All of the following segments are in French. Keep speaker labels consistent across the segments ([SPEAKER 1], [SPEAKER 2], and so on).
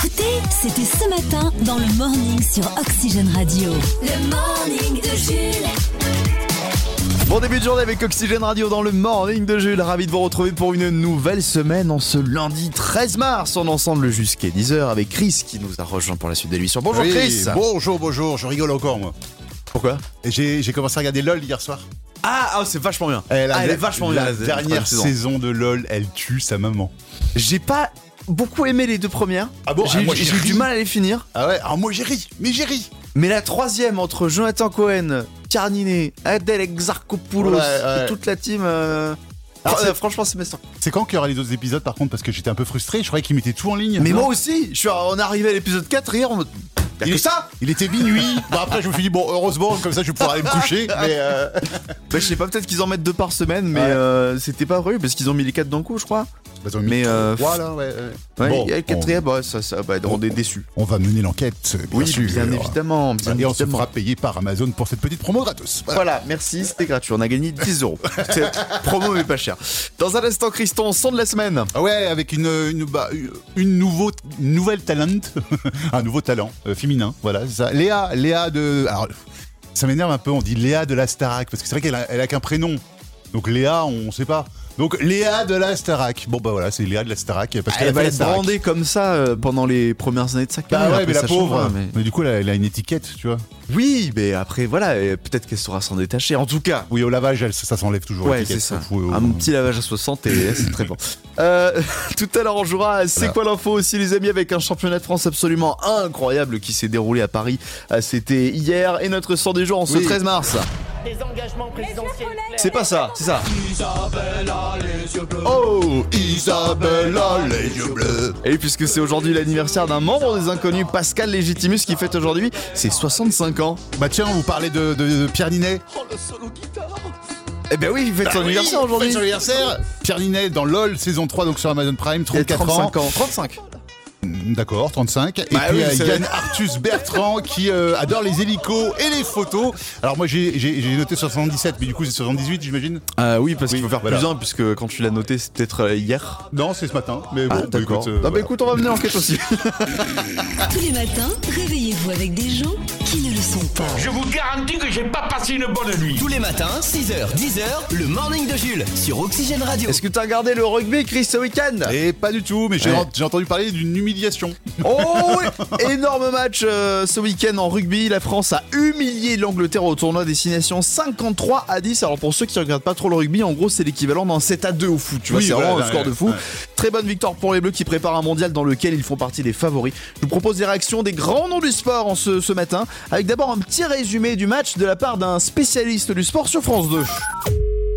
[SPEAKER 1] C'était ce matin dans le morning sur Oxygène Radio. Le morning de Jules.
[SPEAKER 2] Bon début de journée avec Oxygène Radio dans le morning de Jules. Ravi de vous retrouver pour une nouvelle semaine en ce lundi 13 mars en ensemble jusqu'à 10h avec Chris qui nous a rejoint pour la suite de l'émission. Bonjour
[SPEAKER 3] Oui,
[SPEAKER 2] Chris
[SPEAKER 3] Bonjour, bonjour, je rigole encore moi.
[SPEAKER 2] Pourquoi
[SPEAKER 3] Et J'ai j'ai commencé à regarder LOL hier soir.
[SPEAKER 2] ah, ah, c'est vachement bien.
[SPEAKER 3] Et
[SPEAKER 2] Ah, elle est vachement
[SPEAKER 3] la
[SPEAKER 2] bien.
[SPEAKER 3] dernière saison. de LOL, elle tue sa maman.
[SPEAKER 2] J'ai pas beaucoup aimé les deux premières.
[SPEAKER 3] Ah bon
[SPEAKER 2] J'ai
[SPEAKER 3] Ah, moi,
[SPEAKER 2] j'ai
[SPEAKER 3] j'ai
[SPEAKER 2] eu
[SPEAKER 3] ri.
[SPEAKER 2] du mal à les finir.
[SPEAKER 3] Ah ouais, alors moi j'ai ri, mais j'ai ri.
[SPEAKER 2] Mais la troisième entre Jonathan Cohen, Carninet, Adèle Exarchopoulos
[SPEAKER 3] Ouais, ouais.
[SPEAKER 2] et toute la team. euh,
[SPEAKER 3] Alors,
[SPEAKER 2] fr-
[SPEAKER 3] c'est-
[SPEAKER 2] euh, franchement, c'est méchant.
[SPEAKER 3] C'est quand qu'il y aura les autres épisodes par contre Parce que j'étais un peu frustré, je croyais qu'ils mettaient tout en ligne.
[SPEAKER 2] Mais
[SPEAKER 3] Non.
[SPEAKER 2] moi aussi, je suis en arrivé à l'épisode 4 hier en mode. Y'a
[SPEAKER 3] Il
[SPEAKER 2] que
[SPEAKER 3] est-
[SPEAKER 2] ça
[SPEAKER 3] Il était minuit. bon après je me suis dit, bon heureusement, comme ça je vais pouvoir aller me coucher. Mais euh,
[SPEAKER 2] Bah, je sais pas, peut-être qu'ils en mettent deux par semaine, mais
[SPEAKER 3] Ouais.
[SPEAKER 2] euh, c'était pas vrai parce qu'ils ont mis les quatre d'un coup, je crois.
[SPEAKER 3] ils ont mis
[SPEAKER 2] Mais, euh,
[SPEAKER 3] trois, là, ouais, ouais.
[SPEAKER 2] Ouais,
[SPEAKER 3] Bon,
[SPEAKER 2] et le quatrième,
[SPEAKER 3] on,
[SPEAKER 2] bah, ça, ça, bah, on est déçus.
[SPEAKER 3] on va mener l'enquête, bien
[SPEAKER 2] Oui,
[SPEAKER 3] sûr.
[SPEAKER 2] bien évidemment, bien
[SPEAKER 3] Et on se
[SPEAKER 2] évidemment.
[SPEAKER 3] fera payer par Amazon pour cette petite promo gratos. Voilà.
[SPEAKER 2] Voilà, merci, c'était gratuit. On a gagné 10 euros. Cette promo mais pas cher. Dans un instant, Christon, son de la semaine.
[SPEAKER 3] Ah Ouais, avec une, une, bah, une nouveau, une nouvelle talent, un nouveau talent euh, féminin, voilà, c'est ça. Léa, Léa de. Alors, ça m'énerve un peu, on dit Léa de la Starac, parce que c'est vrai qu'elle a, elle a qu'un prénom. Donc Léa, on sait pas. Donc Léa de la Starac. Bon, bah voilà, c'est Léa de la Starac, parce
[SPEAKER 2] Ah, Elle
[SPEAKER 3] qu'elle a
[SPEAKER 2] va
[SPEAKER 3] fait la
[SPEAKER 2] être
[SPEAKER 3] Starac.
[SPEAKER 2] brandée comme ça euh, pendant les premières années de sa
[SPEAKER 3] Bah
[SPEAKER 2] carrière.
[SPEAKER 3] ouais,
[SPEAKER 2] Après,
[SPEAKER 3] mais la
[SPEAKER 2] ça changera,
[SPEAKER 3] pauvre.
[SPEAKER 2] mais-
[SPEAKER 3] mais... du coup, elle a, elle a une étiquette, tu vois.
[SPEAKER 2] Oui, mais après, voilà, euh, peut-être qu'elle saura s'en détacher. En tout cas,
[SPEAKER 3] Oui, au lavage, elle, ça s'enlève toujours.
[SPEAKER 2] Ouais, c'est
[SPEAKER 3] l'étiquette.
[SPEAKER 2] ça.
[SPEAKER 3] Faut- faut-
[SPEAKER 2] Un petit lavage à 60 et c'est très bon. Euh, tout à l'heure, on jouera à C'est
[SPEAKER 3] Voilà.
[SPEAKER 2] quoi l'info aussi, les amis, avec un championnat de France absolument incroyable qui s'est déroulé à Paris. Euh, C'était hier et notre sort des jours en ce
[SPEAKER 3] Oui.
[SPEAKER 2] 13 mars.
[SPEAKER 4] des engagements présidentiels.
[SPEAKER 2] C'est pas ça, c'est ça.
[SPEAKER 3] Oh, Isabella, les yeux bleus.
[SPEAKER 2] Et puisque c'est aujourd'hui l'anniversaire d'un membre des Inconnus, Pascal Légitimus, qui fête aujourd'hui ses 65 ans.
[SPEAKER 3] Bah tiens, on vous parlait de, de- de Pierre Ninet.
[SPEAKER 2] Eh ben oui, il fête son
[SPEAKER 3] Ah Oui,
[SPEAKER 2] anniversaire aujourd'hui.
[SPEAKER 3] fête son anniversaire. Pierre Ninet dans LOL saison 3 donc sur Amazon Prime,
[SPEAKER 2] Il a
[SPEAKER 3] 34
[SPEAKER 2] 35 ans. 35
[SPEAKER 3] Mm, D'accord, 35. Et
[SPEAKER 2] Bah
[SPEAKER 3] puis
[SPEAKER 2] oui,
[SPEAKER 3] euh,
[SPEAKER 2] c'est
[SPEAKER 3] Yann
[SPEAKER 2] vrai.
[SPEAKER 3] Arthus Bertrand qui euh, adore les hélicos et les photos. Alors moi j'ai- j'ai j'ai noté 77 mais du coup c'est 78 j'imagine.
[SPEAKER 2] Euh, oui, parce qu'il
[SPEAKER 3] Oui,
[SPEAKER 2] faut faire
[SPEAKER 3] voilà.
[SPEAKER 2] plus un, puisque quand tu l'as noté, c'est peut-être euh, hier.
[SPEAKER 3] Non, c'est ce matin. Mais bon,
[SPEAKER 2] Ah,
[SPEAKER 3] bah,
[SPEAKER 2] d'accord.
[SPEAKER 3] écoute, euh,
[SPEAKER 2] Ah, bah
[SPEAKER 3] voilà.
[SPEAKER 2] écoute, on va mener l'enquête aussi.
[SPEAKER 1] Tous les matins, réveillez-vous avec des gens qui ne le sont pas.
[SPEAKER 5] Je vous garantis que j'ai pas passé une bonne nuit.
[SPEAKER 6] Tous les matins, 6h, 10h, le morning de Jules sur Oxygène Radio.
[SPEAKER 2] Est-ce que t'as regardé le rugby, Chris, ce week-end
[SPEAKER 3] Et pas du tout, mais j'ai
[SPEAKER 2] Ouais.
[SPEAKER 3] j'ai entendu parler d'une humiliation.
[SPEAKER 2] Oh oui Énorme match euh, ce week-end en rugby. La France a humilié l'Angleterre au tournoi destination 53 à 10. Alors pour ceux qui regardent pas trop le rugby, en gros c'est l'équivalent d'un 7 à 2 au foot. Tu vois,
[SPEAKER 3] Oui,
[SPEAKER 2] c'est
[SPEAKER 3] voilà,
[SPEAKER 2] vraiment un
[SPEAKER 3] ouais,
[SPEAKER 2] score de fou.
[SPEAKER 3] ouais.
[SPEAKER 2] Très bonne victoire pour les Bleus qui préparent un mondial dans lequel ils font partie des favoris. Je vous propose des réactions des grands noms du sport en ce, ce matin, avec d'abord un petit résumé du match de la part d'un spécialiste du sport sur France 2.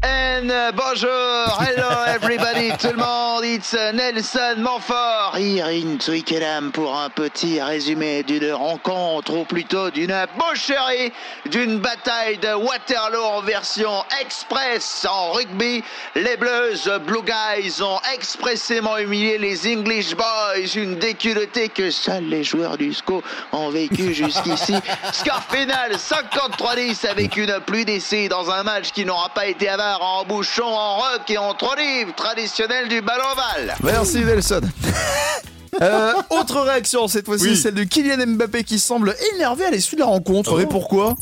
[SPEAKER 7] And uh, bonjour, hello everybody, tout le monde, it's uh, Nelson Manfort. Irine Twickenham pour un petit résumé d'une rencontre, ou plutôt d'une boucherie, d'une bataille de Waterloo en version express en rugby. Les Bleus, the Blue Guys, ont expressément humilié les English Boys, une déculottée que seuls les joueurs du SCO ont vécu jusqu'ici. Score final 53-10 avec une pluie d'essais dans un match qui n'aura pas été avare en bouchon, en rock et en trois livres traditionnels du ballon ovale.
[SPEAKER 2] Merci Nelson. Euh, autre réaction cette fois-ci,
[SPEAKER 3] Oui.
[SPEAKER 2] celle de Kylian Mbappé qui semble énervé à l'issue de la rencontre. Mais pourquoi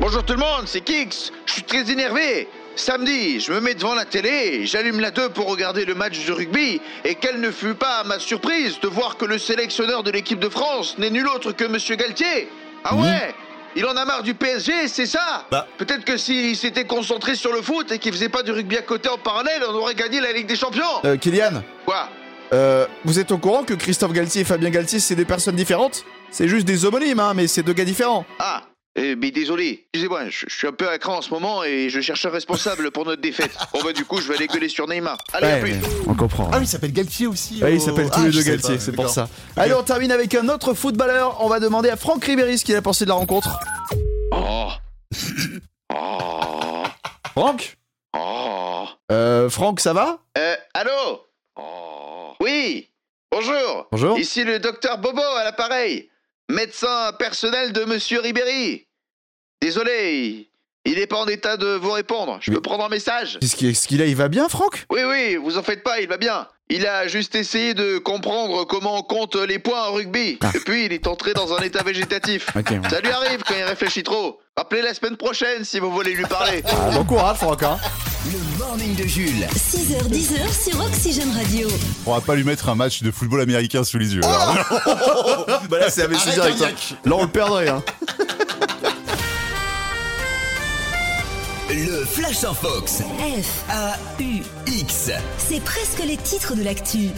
[SPEAKER 7] Bonjour tout le monde, c'est Kix. Je suis très énervé. Samedi, je me mets devant la télé, j'allume la 2 pour regarder le match de rugby, et quelle ne fut pas ma surprise de voir que le sélectionneur de l'équipe de France n'est nul autre que Monsieur Galtier. Ah ouais Il en a marre du PSG, c'est ça
[SPEAKER 3] Bah.
[SPEAKER 7] Peut-être que s'il s'était concentré sur le foot et qu'il faisait pas du rugby à côté en parallèle, on aurait gagné la Ligue des Champions.
[SPEAKER 2] Euh, Kylian,
[SPEAKER 7] Quoi
[SPEAKER 2] euh, vous êtes au courant que Christophe Galtier et Fabien Galtier, c'est des personnes différentes C'est juste des homonymes, hein, mais c'est deux gars différents.
[SPEAKER 7] Ah eh, mais désolé, excusez-moi, je je suis un peu à cran en ce moment et je cherche un responsable pour notre défaite. Bon bah du coup, je vais aller gueuler sur Neymar. Allez, à plus.
[SPEAKER 2] on comprend.
[SPEAKER 3] Ah oui, il s'appelle Galtier aussi.
[SPEAKER 2] Ouais,
[SPEAKER 3] oh.
[SPEAKER 2] ils s'appellent tous
[SPEAKER 3] Ah,
[SPEAKER 2] les
[SPEAKER 3] je
[SPEAKER 2] deux
[SPEAKER 3] sais
[SPEAKER 2] Galtier,
[SPEAKER 3] pas,
[SPEAKER 2] c'est pour
[SPEAKER 3] d'accord.
[SPEAKER 2] ça. Allez, on termine avec un autre footballeur. On va demander à Franck Ribéry ce qu'il a pensé de la rencontre.
[SPEAKER 7] Oh. Oh.
[SPEAKER 2] Franck
[SPEAKER 7] Oh.
[SPEAKER 2] euh, Franck, ça va
[SPEAKER 7] Euh, allô Oui. Bonjour.
[SPEAKER 2] Bonjour.
[SPEAKER 7] Ici le docteur Bobo à l'appareil, médecin personnel de Monsieur Ribéry. Désolé, il n'est pas en état de vous répondre. Je peux prendre un message
[SPEAKER 2] Qu'est-ce qu'il qu'est-ce qu'il a Il va bien, Franck
[SPEAKER 7] Oui, oui, vous en faites pas, il va bien. Il a juste essayé de comprendre comment on compte les points en rugby. Et puis, il est entré dans un état végétatif.
[SPEAKER 2] Ah. Ok.
[SPEAKER 7] Ça lui arrive quand il réfléchit trop. Appelez la semaine prochaine si vous voulez lui parler.
[SPEAKER 2] Ah, bon courage, Franck. hein.
[SPEAKER 6] Le morning de Jules.
[SPEAKER 1] 6h, 10h sur Oxygène Radio.
[SPEAKER 3] On va pas lui mettre un match de football américain sous les yeux. alors.
[SPEAKER 2] Bah là, c'est AVC direct. hein. Là, on le perdrait. Hein.
[SPEAKER 6] Le Flash en Fox.
[SPEAKER 1] F,
[SPEAKER 6] X.
[SPEAKER 1] c'est presque les titres de l'actu.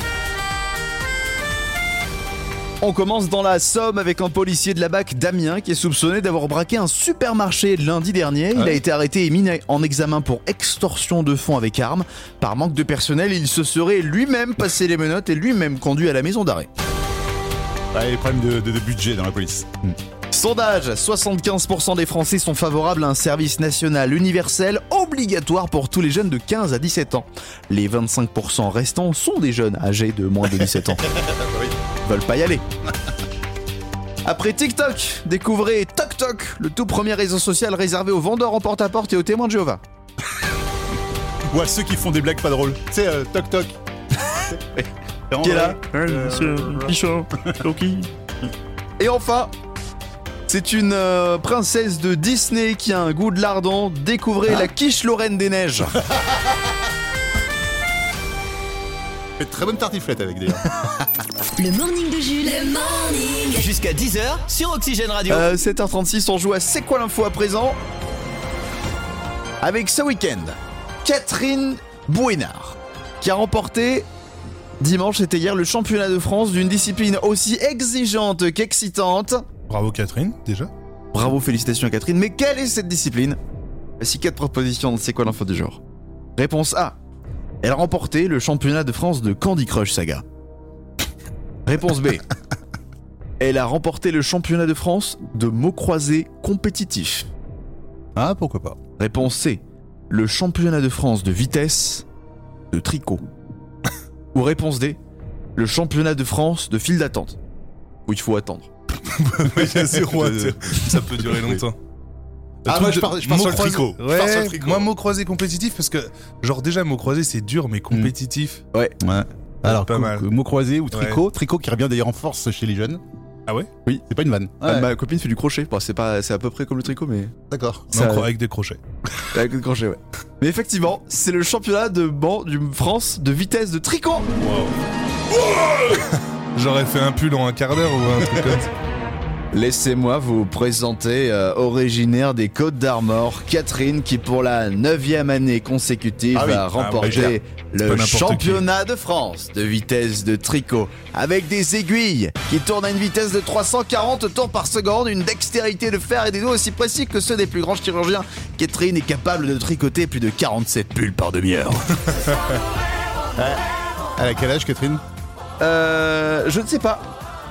[SPEAKER 2] On commence dans la Somme avec un policier de la BAC, Damien, qui est soupçonné d'avoir braqué un supermarché lundi dernier. Il a
[SPEAKER 3] Ouais.
[SPEAKER 2] été arrêté et mis en examen pour extorsion de fonds avec armes. Par manque de personnel, il se serait lui-même passé les menottes et lui-même conduit à la maison d'arrêt.
[SPEAKER 3] Ah, les problèmes de, de- de budget dans la police.
[SPEAKER 2] Hmm. Sondage 75% des Français sont favorables à un service national universel obligatoire pour tous les jeunes de 15 à 17 ans. Les 25% restants sont des jeunes âgés de moins de 17 ans. Ils Veulent pas y aller. Après TikTok, découvrez TokTok, le tout premier réseau social réservé aux vendeurs en porte-à-porte et aux témoins de Jéhovah.
[SPEAKER 3] Ou à ceux qui font des blagues pas drôles. Tu sais, euh, toc Euh, toc.
[SPEAKER 2] Qui est là
[SPEAKER 3] monsieur
[SPEAKER 8] Bichot, Loki.
[SPEAKER 2] Et enfin, c'est une euh, princesse de Disney qui a un goût de lardon. Découvrez la quiche Lorraine des Neiges.
[SPEAKER 3] Fait de très bonne tartiflette avec d'ailleurs.
[SPEAKER 1] Le morning de Jules. Le morning.
[SPEAKER 6] Jusqu'à 10h sur Oxygène Radio.
[SPEAKER 2] Euh, 7h36, on joue à C'est quoi l'info à présent Avec ce week-end, Catherine Bouénard, qui a remporté dimanche, c'était hier, le championnat de France d'une discipline aussi exigeante qu'excitante.
[SPEAKER 9] Bravo Catherine, déjà.
[SPEAKER 2] Bravo, félicitations à Catherine, mais quelle est cette discipline Voici quatre propositions de C'est quoi l'info du jour. Réponse A. Elle a remporté le championnat de France de Candy Crush Saga. Réponse B. Elle a remporté le championnat de France de mots croisés compétitifs.
[SPEAKER 9] Ah, pourquoi pas.
[SPEAKER 2] Réponse C. Le championnat de France de vitesse de tricot. Ou réponse D. Le championnat de France de file d'attente. Où il faut attendre.
[SPEAKER 9] Il y a zéro intérêt. Ça peut durer longtemps.
[SPEAKER 3] Ah,
[SPEAKER 9] Le
[SPEAKER 3] moi,
[SPEAKER 9] truc
[SPEAKER 3] je
[SPEAKER 9] de-
[SPEAKER 3] pars- je pars sur
[SPEAKER 9] mot
[SPEAKER 3] le
[SPEAKER 9] croisé-
[SPEAKER 3] tricot. Je
[SPEAKER 9] Ouais,
[SPEAKER 3] pars sur le tricot.
[SPEAKER 9] Moi, mot croisé compétitif, parce que, genre, déjà, mot croisé, c'est dur, mais compétitif.
[SPEAKER 3] Mm. Ouais. Alors,
[SPEAKER 9] Pas
[SPEAKER 3] cou-
[SPEAKER 9] mal.
[SPEAKER 3] mot croisé ou tricot. Tricot qui revient d'ailleurs en force chez les jeunes.
[SPEAKER 9] Ah ouais
[SPEAKER 3] Oui. C'est pas une vanne.
[SPEAKER 2] Euh, Ma copine fait du crochet. Bon, c'est pas, c'est à peu près comme le tricot, mais
[SPEAKER 3] D'accord.
[SPEAKER 9] Non,
[SPEAKER 2] Ça-
[SPEAKER 9] cro- avec des crochets.
[SPEAKER 2] avec le crochet, ouais. Mais effectivement, c'est le championnat de ban du France de vitesse de tricot.
[SPEAKER 9] J'aurais fait un pull en un quart d'heure ou un truc comme ça.
[SPEAKER 2] Laissez-moi vous présenter, euh, originaire des Côtes d'Armor, Catherine, qui pour la neuvième année consécutive
[SPEAKER 3] Ah oui.
[SPEAKER 2] a
[SPEAKER 3] Ah,
[SPEAKER 2] remporté
[SPEAKER 9] pas
[SPEAKER 2] le
[SPEAKER 9] n'importe
[SPEAKER 2] championnat de France de vitesse de tricot, avec des aiguilles qui tournent à une vitesse de 340 tours par seconde, une dextérité de fer et des doigts aussi précis que ceux des plus grands chirurgiens. Catherine est capable de tricoter plus de 47 pulls par demi-heure.
[SPEAKER 3] Elle a quel âge, Catherine
[SPEAKER 2] Euh, je ne sais pas.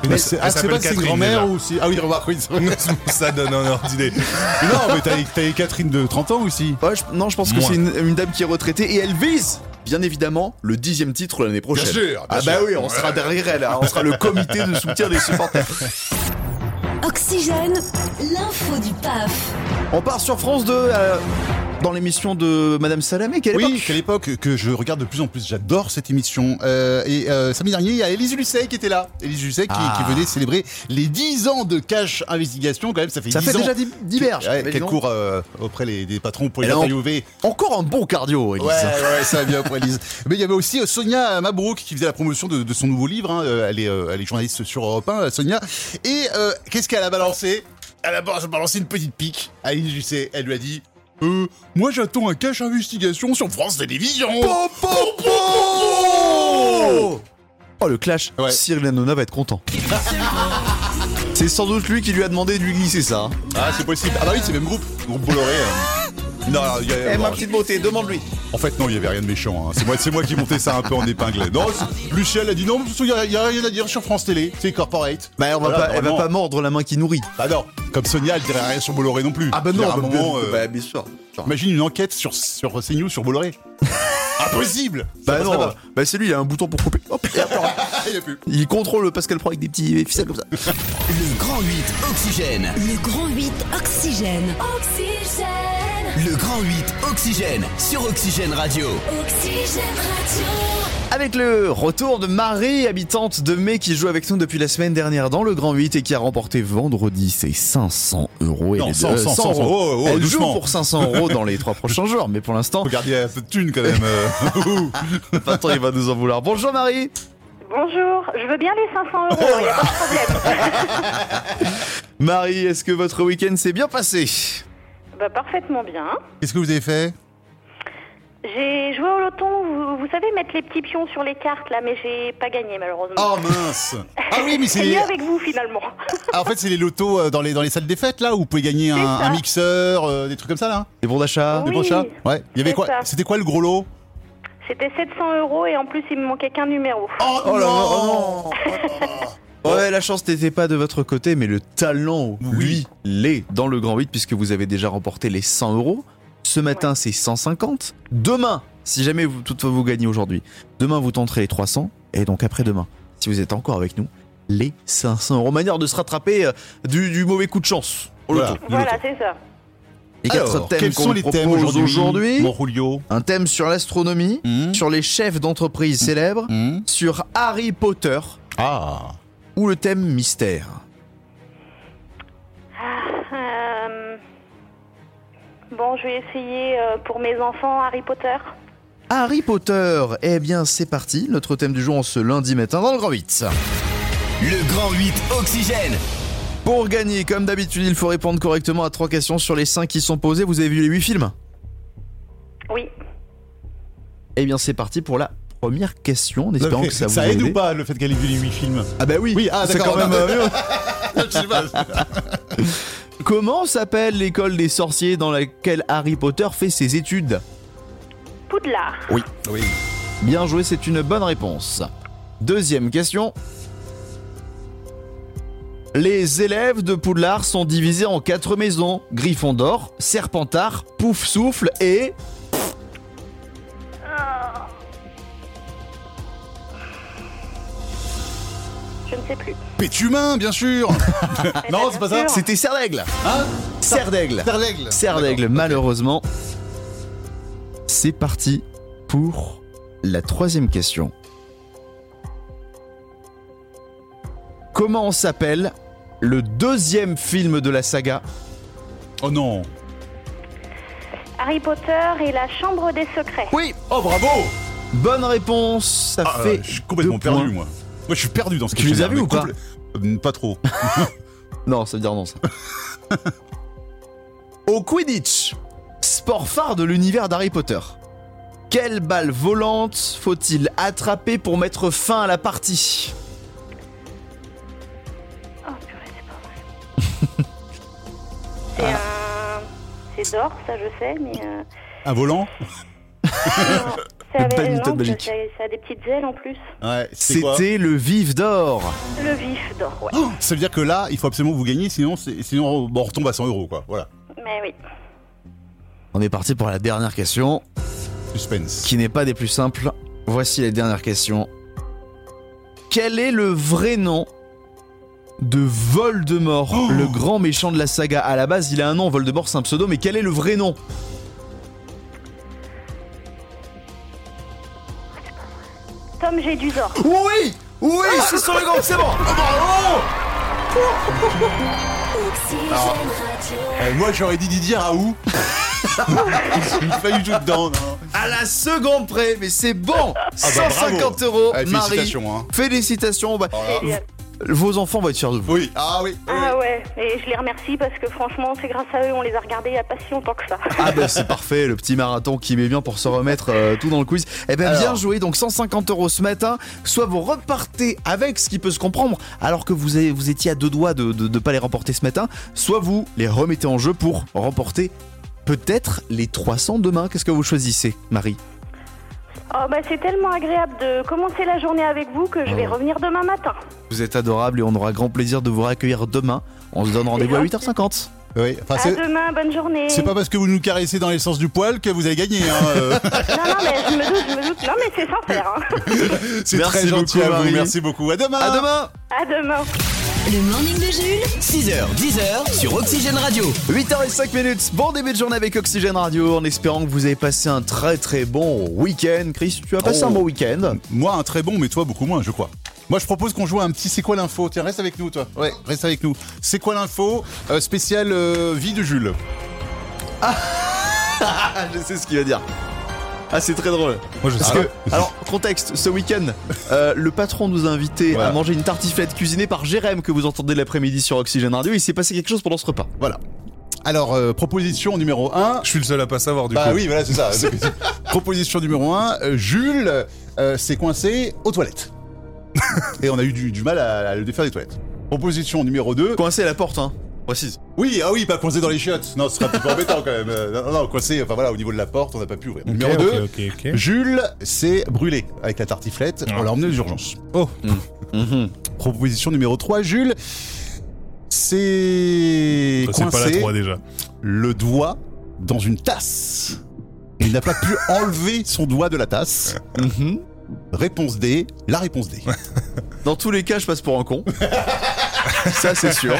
[SPEAKER 9] Mais
[SPEAKER 3] c'est-
[SPEAKER 9] elle
[SPEAKER 3] Ah, c'est
[SPEAKER 9] s'appelle
[SPEAKER 3] pas ses
[SPEAKER 9] Catherine,
[SPEAKER 3] grand-mères
[SPEAKER 9] déjà.
[SPEAKER 3] ou si. Ah oui, remarque, oui. c'est vrai.
[SPEAKER 9] ça donne un ordre d'idée.
[SPEAKER 3] non, mais t'as t'as eu Catherine de 30 ans aussi.
[SPEAKER 2] Ouais, je- non, je pense que
[SPEAKER 9] Moi.
[SPEAKER 2] c'est une, une dame qui est retraitée et elle vise, bien évidemment, le dixième titre l'année prochaine.
[SPEAKER 9] sûr, bien
[SPEAKER 2] ah bah oui, on sera derrière elle, hein, on sera le comité de soutien des supporters.
[SPEAKER 1] Oxygène, l'info du PAF.
[SPEAKER 2] On part sur France 2 euh, dans l'émission de Madame Salamé, quelle
[SPEAKER 3] Oui,
[SPEAKER 2] époque
[SPEAKER 3] qu'à l'époque que je regarde de plus en plus, j'adore cette émission. Euh, et euh, samedi dernier, il y a Élise Lucet qui était là. Élise Lucet qui,
[SPEAKER 2] Ah.
[SPEAKER 3] qui venait célébrer les 10 ans de cash investigation quand même. Ça fait
[SPEAKER 2] Ça
[SPEAKER 3] 10
[SPEAKER 2] fait
[SPEAKER 3] ans
[SPEAKER 2] déjà dix- dix berges.
[SPEAKER 3] Ouais,
[SPEAKER 2] Mais
[SPEAKER 3] Qu'elle
[SPEAKER 2] dis donc.
[SPEAKER 3] court euh, auprès les, des patrons pour
[SPEAKER 2] Et
[SPEAKER 3] les
[SPEAKER 2] là, on-
[SPEAKER 3] interviewer.
[SPEAKER 2] Encore un bon cardio, Elise.
[SPEAKER 3] Ouais, ouais, ça va bien pour Elise. Mais il y avait aussi euh, Sonia Mabrouk qui faisait la promotion de, de son nouveau livre. hein. Euh, Elle, est, euh, elle est journaliste sur Europe 1, euh, Sonia. Et euh, qu'est-ce qu'elle a balancé Elle a bal- balancé une petite pique à Elise Lucet. Elle lui a dit euh, Moi j'attends un cash investigation sur France Télévisions.
[SPEAKER 2] Po, po, po Oh le clash,
[SPEAKER 3] Ouais.
[SPEAKER 2] Cyril Hanouna va être content. C'est sans doute lui qui lui a demandé de lui glisser ça. hein.
[SPEAKER 3] Ah, c'est possible. Ah, bah oui, c'est le même groupe. Groupe Bolloré. euh. Non, non, il y a-
[SPEAKER 2] Eh ma
[SPEAKER 3] non,
[SPEAKER 2] petite beauté, demande-lui.
[SPEAKER 3] En fait, non, il y avait rien de méchant. hein. C'est moi, c'est moi qui montais ça un peu en épingle. Non, c'est- Luciel a dit non, de toute façon, il y a, il y a rien à dire sur France Télé. C'est corporate.
[SPEAKER 2] Bah on va
[SPEAKER 3] Voilà,
[SPEAKER 2] pas, elle va
[SPEAKER 3] normalement.
[SPEAKER 2] pas mordre la main qui nourrit.
[SPEAKER 3] Bah non, comme Sonia, elle dirait rien sur Bolloré non plus. Il y a un moment, euh,
[SPEAKER 2] Ah bah bien sûr.
[SPEAKER 3] imagine une enquête sur, sur CNews sur Bolloré. Impossible
[SPEAKER 2] Bah
[SPEAKER 3] Ça
[SPEAKER 2] non,
[SPEAKER 3] passerait
[SPEAKER 2] bah, bah c'est lui, il a un bouton pour couper. Hop, et hop, alors,
[SPEAKER 3] pas. Il y a plus.
[SPEAKER 2] il contrôle parce qu'elle prend avec des petits ficelles comme ça.
[SPEAKER 6] Le Grand 8 Oxygène.
[SPEAKER 1] Le grand 8 Oxygène. Oxygène.
[SPEAKER 6] Le Grand 8 Oxygène sur Oxygène Radio.
[SPEAKER 1] Oxygène Radio.
[SPEAKER 2] Avec le retour de Marie, habitante de Mai, qui joue avec nous depuis la semaine dernière dans le Grand 8 et qui a remporté vendredi ses 500 euros. Et
[SPEAKER 3] Non,
[SPEAKER 2] les
[SPEAKER 3] 100,
[SPEAKER 2] deux-
[SPEAKER 3] 100, 100, oh, oh,
[SPEAKER 2] Elle joue
[SPEAKER 3] doucement.
[SPEAKER 2] pour 500 euros dans les trois prochains jours, mais pour l'instant,
[SPEAKER 3] Regardez un peu de thunes quand même. euh. Ouh.
[SPEAKER 2] Attends, il va nous en vouloir. Bonjour Marie
[SPEAKER 10] Bonjour, je veux bien les 500 euros, il n'y a pas de problème.
[SPEAKER 2] Marie, est-ce que votre week-end s'est bien passé
[SPEAKER 10] bah, parfaitement bien.
[SPEAKER 3] Qu'est-ce que vous avez fait
[SPEAKER 10] J'ai joué au loton, vous, vous savez mettre les petits pions sur les cartes là, mais j'ai pas gagné malheureusement.
[SPEAKER 3] Oh mince Ah oui, mais c'est
[SPEAKER 10] C'est
[SPEAKER 3] les...
[SPEAKER 10] mieux avec vous finalement.
[SPEAKER 3] ah, en fait c'est les lotos euh, dans les dans les salles des fêtes là où vous pouvez gagner un,
[SPEAKER 10] ça.
[SPEAKER 3] un mixeur, euh, des trucs comme ça là.
[SPEAKER 2] Des bons d'achat
[SPEAKER 10] Oui.
[SPEAKER 3] Des brochats Ouais. Il y avait
[SPEAKER 10] C'est
[SPEAKER 3] quoi
[SPEAKER 10] ça.
[SPEAKER 3] C'était quoi le gros lot
[SPEAKER 10] C'était 700 euros et en plus il me manquait qu'un numéro.
[SPEAKER 3] Oh,
[SPEAKER 2] Oh là là,
[SPEAKER 3] non
[SPEAKER 2] Ouais, la chance n'était pas de votre côté, mais le talent, lui, l'est dans le Grand 8 puisque vous avez déjà remporté les 100 euros. Ce matin, c'est 150. Demain, si jamais vous, toutefois vous gagnez aujourd'hui, demain vous tenterez les 300. Et donc après-demain, si vous êtes encore avec nous, les 500 euros. Manière de se rattraper euh, du, du mauvais coup de chance. au
[SPEAKER 3] Voilà.
[SPEAKER 2] loto.
[SPEAKER 10] Voilà, c'est ça.
[SPEAKER 2] Les quatre
[SPEAKER 3] Alors,
[SPEAKER 2] thèmes
[SPEAKER 3] quels
[SPEAKER 2] qu'on
[SPEAKER 3] sont
[SPEAKER 2] vous
[SPEAKER 3] les thèmes
[SPEAKER 2] propose
[SPEAKER 3] aujourd'hui,
[SPEAKER 2] aujourd'hui
[SPEAKER 3] Mon Julio.
[SPEAKER 2] Un thème sur l'astronomie,
[SPEAKER 3] Mmh.
[SPEAKER 2] sur les chefs d'entreprise célèbres,
[SPEAKER 3] Mmh.
[SPEAKER 2] sur Harry Potter
[SPEAKER 3] Ah.
[SPEAKER 2] ou le thème mystère.
[SPEAKER 10] Euh, Bon, je vais essayer euh, pour mes enfants Harry Potter.
[SPEAKER 2] Harry Potter, eh bien c'est parti, notre thème du jour en ce lundi matin dans le Grand 8.
[SPEAKER 6] Le Grand 8 Oxygène.
[SPEAKER 2] Pour gagner, comme d'habitude, il faut répondre correctement à trois questions sur les cinq qui sont posées. Vous avez vu les huit films
[SPEAKER 10] Oui.
[SPEAKER 2] Eh bien c'est parti pour la première question, en espérant que ça vous a
[SPEAKER 3] aide
[SPEAKER 2] aidé.
[SPEAKER 3] ou pas le fait qu'elle ait vu les 8 films
[SPEAKER 2] Ah bah
[SPEAKER 3] Oui, ah
[SPEAKER 2] c'est
[SPEAKER 3] d'accord.
[SPEAKER 2] quand même euh, mieux.
[SPEAKER 3] Je sais pas.
[SPEAKER 2] Comment s'appelle l'école des sorciers dans laquelle Harry Potter fait ses études
[SPEAKER 10] Poudlard.
[SPEAKER 3] Oui.
[SPEAKER 2] Bien joué, c'est une bonne réponse. Deuxième question. Les élèves de Poudlard sont divisés en quatre maisons Gryffondor, Serpentard, Pouf Souffle et.
[SPEAKER 10] Je ne sais plus.
[SPEAKER 3] Pétumin, bien sûr Ah, Non, c'est pas ça.
[SPEAKER 10] Bien sûr.
[SPEAKER 2] C'était Serre d'Aigle
[SPEAKER 3] Hein
[SPEAKER 2] Serre d'Aigle
[SPEAKER 3] Terre d'aigle.
[SPEAKER 2] Serre d'Aigle, malheureusement. C'est parti pour la troisième question. Comment s'appelle le deuxième film de la saga
[SPEAKER 3] Oh non.
[SPEAKER 10] Harry Potter et la Chambre des Secrets.
[SPEAKER 2] Oui,
[SPEAKER 3] Oh bravo
[SPEAKER 2] Bonne réponse, ça
[SPEAKER 3] Ah,
[SPEAKER 2] fait.
[SPEAKER 3] euh, Je suis complètement
[SPEAKER 2] deux points.
[SPEAKER 3] perdu, moi. Moi, je suis perdu dans ce
[SPEAKER 2] Tu les as vus
[SPEAKER 3] questionnaire, mais
[SPEAKER 2] ou pas
[SPEAKER 3] compl- Euh, Pas trop.
[SPEAKER 2] Non, ça veut dire non, ça. Au Quidditch, sport phare de l'univers d'Harry Potter. Quelle balle volante faut-il attraper pour mettre fin à la partie
[SPEAKER 10] Oh purée, c'est pas vrai. c'est un... C'est d'or, ça je sais, mais... euh,
[SPEAKER 3] Un volant
[SPEAKER 10] non, c'est avec-
[SPEAKER 2] palmier
[SPEAKER 10] non,
[SPEAKER 2] de Belgique.
[SPEAKER 10] ça, ça a des petites ailes en plus.
[SPEAKER 3] Ouais, c'est quoi
[SPEAKER 2] C'était le vif d'or.
[SPEAKER 10] Le vif d'or, ouais.
[SPEAKER 3] Oh, Ça veut dire que là, il faut absolument que vous gagner, sinon, c'est- sinon oh, bon, on retombe à 100 euros, quoi. Voilà.
[SPEAKER 10] Mais oui.
[SPEAKER 2] On est parti pour la dernière question,
[SPEAKER 3] Suspense.
[SPEAKER 2] qui n'est pas des plus simples. Voici la dernière question. Quel est le vrai nom de Voldemort,
[SPEAKER 3] Oh
[SPEAKER 2] le grand méchant de la saga À la base, il a un nom, Voldemort, c'est un pseudo, mais quel est le vrai nom
[SPEAKER 10] Tom j'ai du d'or.
[SPEAKER 2] Oui Oui, c'est sur le grand, c'est bon
[SPEAKER 1] Oxygène Radio.
[SPEAKER 3] Euh, moi, j'aurais dit Didier Raoult. je suis pas du tout dedans, non.
[SPEAKER 2] À la seconde près, mais c'est bon
[SPEAKER 3] Ah bah, bravo.
[SPEAKER 2] 150 euros,
[SPEAKER 3] Eh,
[SPEAKER 2] Marie
[SPEAKER 3] félicitations, hein.
[SPEAKER 2] Félicitations bah,
[SPEAKER 10] Génial.
[SPEAKER 2] Vos enfants vont être fiers de vous.
[SPEAKER 3] Oui, ah oui.
[SPEAKER 10] Ah ouais, et je les remercie parce que franchement, c'est grâce à eux, on les a regardés il n'y a pas si longtemps que ça.
[SPEAKER 2] Ah bah c'est parfait, le petit marathon qui met bien pour se remettre euh, tout dans le quiz. Eh ben bien
[SPEAKER 3] Alors.
[SPEAKER 2] joué, donc 150 euros ce matin, soit vous repartez avec ce qui peut se comprendre alors que vous, avez- vous étiez à deux doigts de ne pas les remporter ce matin, soit vous les remettez en jeu pour remporter peut-être les 300 demain. Qu'est-ce que vous choisissez, Marie
[SPEAKER 10] Oh bah c'est tellement agréable de commencer la journée avec vous que je vais revenir demain matin.
[SPEAKER 2] Vous êtes adorable et on aura grand plaisir de vous réaccueillir demain. On se donne rendez-vous à 8h50.
[SPEAKER 3] Oui, enfin,
[SPEAKER 10] À
[SPEAKER 3] Ah, c'est.
[SPEAKER 10] demain, bonne journée.
[SPEAKER 3] C'est pas parce que vous nous caressez dans les sens du poil que vous allez gagner. Hein. euh.
[SPEAKER 10] Non, non, mais je me doute, je me doute. Non, mais c'est sincère. hein.
[SPEAKER 3] C'est
[SPEAKER 2] Merci
[SPEAKER 3] très gentil
[SPEAKER 2] beaucoup,
[SPEAKER 3] à vous.
[SPEAKER 2] Marie.
[SPEAKER 3] Ah. Merci beaucoup. À demain.
[SPEAKER 2] À demain
[SPEAKER 10] À demain.
[SPEAKER 1] Le morning de Jules
[SPEAKER 6] 6h, 10h sur Oxygène Radio.
[SPEAKER 2] 8h05 minutes, bon début de journée avec Oxygène Radio, en espérant que vous avez passé un très très bon week-end. Chris, tu as passé
[SPEAKER 3] Oh.
[SPEAKER 2] un bon week-end
[SPEAKER 3] Moi, un très bon, mais toi, beaucoup moins, je crois. Moi, je propose qu'on joue à un petit C'est quoi l'info Tiens, reste avec nous, toi. Ouais, reste avec nous. C'est quoi l'info Euh, Spécial euh, vie de Jules.
[SPEAKER 2] Ah, je sais ce qu'il va dire. Ah, c'est très drôle.
[SPEAKER 9] Moi, je
[SPEAKER 2] Parce
[SPEAKER 9] sais
[SPEAKER 2] que, alors, contexte, ce week-end, euh, le patron nous a invités
[SPEAKER 3] Voilà.
[SPEAKER 2] à manger une tartiflette cuisinée par Jérém que vous entendez l'après-midi sur Oxygène Radio. Il s'est passé quelque chose pendant ce repas.
[SPEAKER 3] Voilà. Alors, euh, proposition numéro 1.
[SPEAKER 9] Je suis le seul à pas savoir du
[SPEAKER 3] Bah
[SPEAKER 9] coup.
[SPEAKER 3] oui, voilà, c'est ça. proposition numéro 1. Jules euh, s'est coincé aux toilettes. Et on a eu du, du mal à, à le défaire des toilettes. Proposition numéro 2.
[SPEAKER 2] Coincé à la porte, hein. Précise.
[SPEAKER 3] Oui, ah oui, pas coincé dans les chiottes. Non, ce serait un petit peu embêtant quand même. Euh, Non, non, coincé, enfin voilà, au niveau de la porte, on n'a pas pu ouvrir.
[SPEAKER 9] Ok,
[SPEAKER 3] Numéro
[SPEAKER 9] Eh, ok,
[SPEAKER 3] 2,
[SPEAKER 9] ok, ok. Ah.
[SPEAKER 3] Jules s'est brûlé avec la tartiflette. On l'a emmené aux urgences.
[SPEAKER 9] Oh,
[SPEAKER 3] Proposition numéro 3, Jules s'est
[SPEAKER 9] ça, c'est pas la
[SPEAKER 3] coincé
[SPEAKER 9] 3 déjà.
[SPEAKER 3] le doigt dans une tasse. Il n'a pas pu enlever son doigt de la tasse.
[SPEAKER 9] Mm-hmm.
[SPEAKER 2] Mhm.
[SPEAKER 3] Réponse D, la réponse D.
[SPEAKER 2] Dans tous les cas, je passe pour un con. Ça, c'est sûr.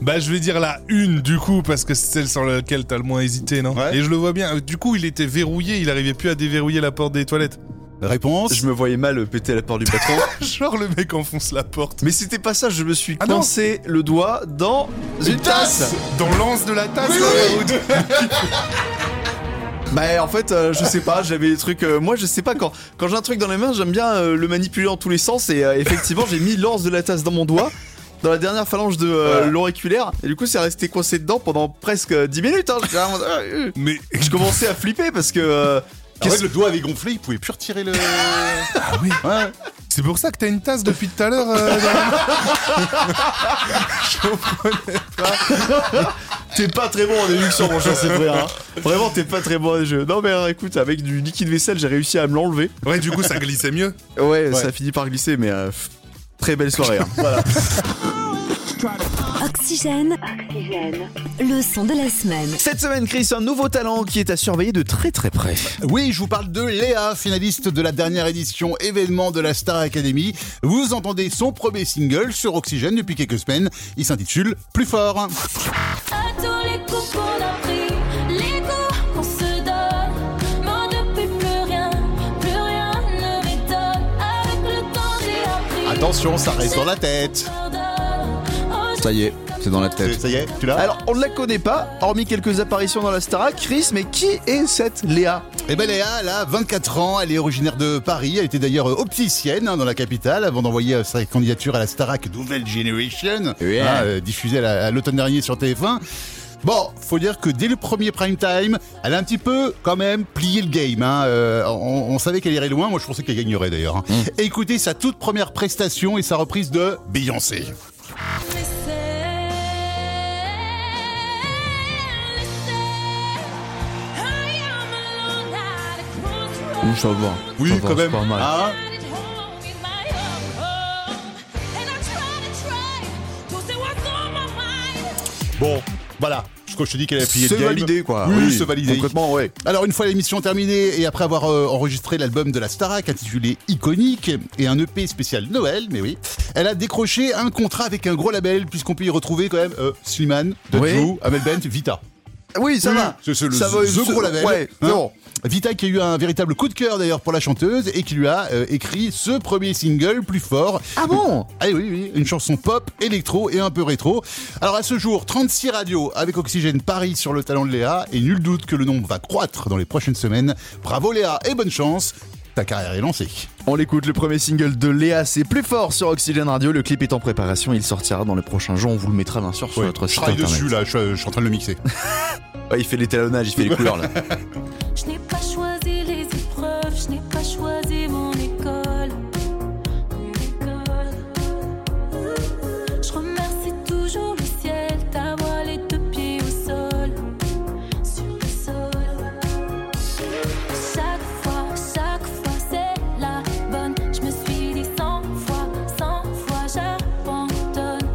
[SPEAKER 9] Bah, je vais dire la une du coup, parce que c'est celle sur laquelle t'as le moins hésité, non
[SPEAKER 3] Ouais.
[SPEAKER 9] Et je le vois bien. Du coup, il était verrouillé, il arrivait plus à déverrouiller la porte des toilettes.
[SPEAKER 3] Réponse
[SPEAKER 2] Je me voyais mal péter la porte du patron.
[SPEAKER 9] Genre, le mec enfonce la porte.
[SPEAKER 2] Mais c'était pas ça, je me suis
[SPEAKER 9] Ah non.
[SPEAKER 2] coincé le doigt dans une, tasse.
[SPEAKER 9] Dans l'anse de la tasse
[SPEAKER 3] Oui,
[SPEAKER 9] dans la
[SPEAKER 3] oui.
[SPEAKER 9] route.
[SPEAKER 2] Bah en fait euh, je sais pas, j'avais des trucs euh, moi je sais pas quand quand j'ai un truc dans les mains, j'aime bien euh, le manipuler en tous les sens et euh, effectivement, j'ai mis l'anse de la tasse dans mon doigt dans la dernière phalange de euh,
[SPEAKER 3] Voilà.
[SPEAKER 2] l'auriculaire et du coup, c'est resté coincé dedans pendant presque euh, 10 minutes hein. J'étais vraiment, euh, euh.
[SPEAKER 9] Mais.
[SPEAKER 2] Je commençais à flipper parce que euh,
[SPEAKER 3] En fait,
[SPEAKER 2] qu'est-ce-
[SPEAKER 3] le doigt avait gonflé, il pouvait plus retirer le...
[SPEAKER 9] Ah oui
[SPEAKER 3] Ouais.
[SPEAKER 9] C'est pour ça que t'as une tasse depuis tout à l'heure. euh, dans
[SPEAKER 2] t'es pas très bon en déduction mon cher Cyprien. hein. Vraiment t'es pas très bon à jeu. Non mais euh, écoute, avec du liquide vaisselle, j'ai réussi à me l'enlever.
[SPEAKER 9] la- Ouais, du coup, ça glissait mieux.
[SPEAKER 2] Ouais, ça finit par glisser mais euh, pff, très belle soirée. hein.
[SPEAKER 1] Oxygène,
[SPEAKER 10] Oxygène.
[SPEAKER 1] le son de la semaine.
[SPEAKER 2] Cette semaine, Chris, un nouveau talent qui est à surveiller de très très près.
[SPEAKER 3] Oui, je vous parle de Léa, finaliste de la dernière édition événement de la Star Academy. Vous entendez son premier single sur Oxygène depuis quelques semaines. Il s'intitule Plus fort.
[SPEAKER 11] À tous les coups qu'on a pris, les coups qu'on se donne. Moi depuis plus rien, plus rien ne m'étonne. Avec le temps j'ai appris.
[SPEAKER 3] Attention, ça reste dans la tête.
[SPEAKER 11] Ça y est.
[SPEAKER 2] c'est dans la
[SPEAKER 3] Ça y est, tu l'as
[SPEAKER 2] Alors, on ne la connaît pas, hormis quelques apparitions dans la Starac. Chris, mais qui est cette Léa
[SPEAKER 3] Eh ben Léa, elle a 24 ans, elle est originaire de Paris, elle était d'ailleurs euh, opticienne hein, dans la capitale avant d'envoyer euh, sa candidature à la Starac Nouvelle Generation,
[SPEAKER 2] Ouais.
[SPEAKER 3] hein, euh, diffusée à la- à l'automne dernier sur TF1. Bon, faut dire que dès le premier prime time, elle a un petit peu quand même plié le game. hein. Euh, on, on savait qu'elle irait loin, moi je pensais qu'elle gagnerait d'ailleurs. hein. Écoutez sa toute première prestation et sa reprise de Beyoncé.
[SPEAKER 2] ça va.
[SPEAKER 3] Oui, quand même. Hein bon, voilà. Je crois que je te dis qu'elle a plié
[SPEAKER 2] C'est
[SPEAKER 3] le game.
[SPEAKER 2] validé, quoi.
[SPEAKER 3] Oui, c'est validé.
[SPEAKER 2] Concrètement, ouais.
[SPEAKER 3] Alors une fois l'émission terminée et après avoir euh, enregistré l'album de la Starac intitulé Iconique et un EP spécial Noël, mais oui, elle a décroché un contrat avec un gros label puisqu'on peut y retrouver quand même euh, Slimane, The
[SPEAKER 2] Oui.
[SPEAKER 3] Drew, Amel Bent, Vita.
[SPEAKER 2] Oui, ça
[SPEAKER 3] Oui,
[SPEAKER 2] va.
[SPEAKER 3] C'est c'est le,
[SPEAKER 2] ça
[SPEAKER 3] the gros label.
[SPEAKER 2] Ouais,
[SPEAKER 3] hein.
[SPEAKER 2] non.
[SPEAKER 3] Vita qui a eu un véritable coup de cœur d'ailleurs pour la chanteuse et qui lui a euh, écrit ce premier single plus fort.
[SPEAKER 2] Ah bon
[SPEAKER 3] Ah oui, oui, une chanson pop, électro et un peu rétro. Alors à ce jour, 36 radios avec Oxygène Paris sur le talent de Léa et nul doute que le nombre va croître dans les prochaines semaines. Bravo Léa et bonne chance, ta carrière est lancée.
[SPEAKER 2] On l'écoute, le premier single de Léa, c'est plus fort sur Oxygène Radio. Le clip est en préparation, il sortira dans les prochains jours. On vous le mettra bien sûr sur notre site internet.
[SPEAKER 3] là, je, suis en train de le mixer.
[SPEAKER 2] Ouais, il fait l'étalonnage, il fait les couleurs là.
[SPEAKER 11] Je n'ai pas choisi les épreuves, je n'ai pas choisi mon école. Mon école. Je remercie toujours le ciel d'avoir les deux pieds au sol. Sur le sol. Chaque fois, chaque fois, c'est la bonne. Je me suis dit cent fois, cent fois, j'abandonne.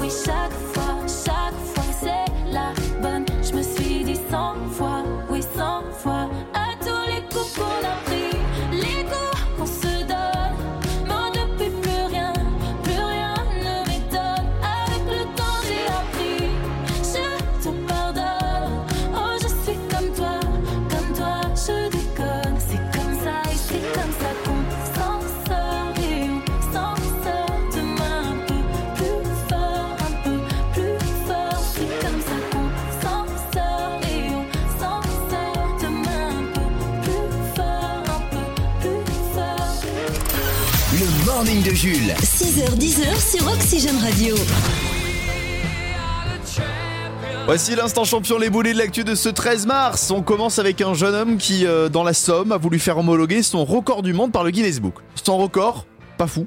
[SPEAKER 11] Oui, chaque fois, chaque fois, c'est la bonne. Je me suis dit cent fois, oui, cent
[SPEAKER 1] Oh,
[SPEAKER 6] Morning de Jules.
[SPEAKER 1] 6h-10h sur Oxygène Radio.
[SPEAKER 2] Voici l'instant champion, les boulets de l'actu de ce 13 mars. On commence avec un jeune homme qui, euh, dans la Somme, a voulu faire homologuer son record du monde par le Guinness Book. Son record, pas fou.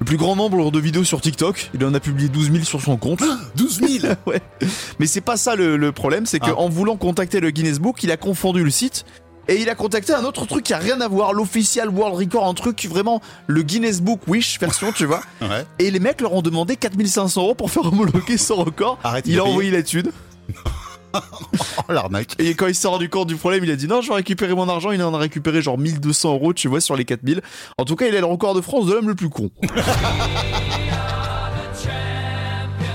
[SPEAKER 2] Le plus grand nombre de vidéos sur TikTok, il en a publié 12 000 sur son compte.
[SPEAKER 3] 12 000
[SPEAKER 2] Ouais. Mais c'est pas ça le, le problème, c'est
[SPEAKER 3] Ah.
[SPEAKER 2] qu'en voulant contacter le Guinness Book, il a confondu le site et il a contacté un autre truc qui a rien à voir, l'official World Record, un truc qui vraiment le Guinness Book Wish version, tu vois.
[SPEAKER 3] Ouais.
[SPEAKER 2] Et les mecs leur ont demandé 4500 euros pour faire homologuer son record.
[SPEAKER 3] Arrête, il
[SPEAKER 2] il
[SPEAKER 3] a
[SPEAKER 2] a
[SPEAKER 3] payé.
[SPEAKER 2] envoyé la thune.
[SPEAKER 3] Oh l'arnaque.
[SPEAKER 2] Et quand il s'est rendu compte du problème, il a dit non, je vais récupérer mon argent. Il en a récupéré genre 1200 euros, tu vois, sur les 4000. En tout cas, il a le record de France de l'homme le plus con.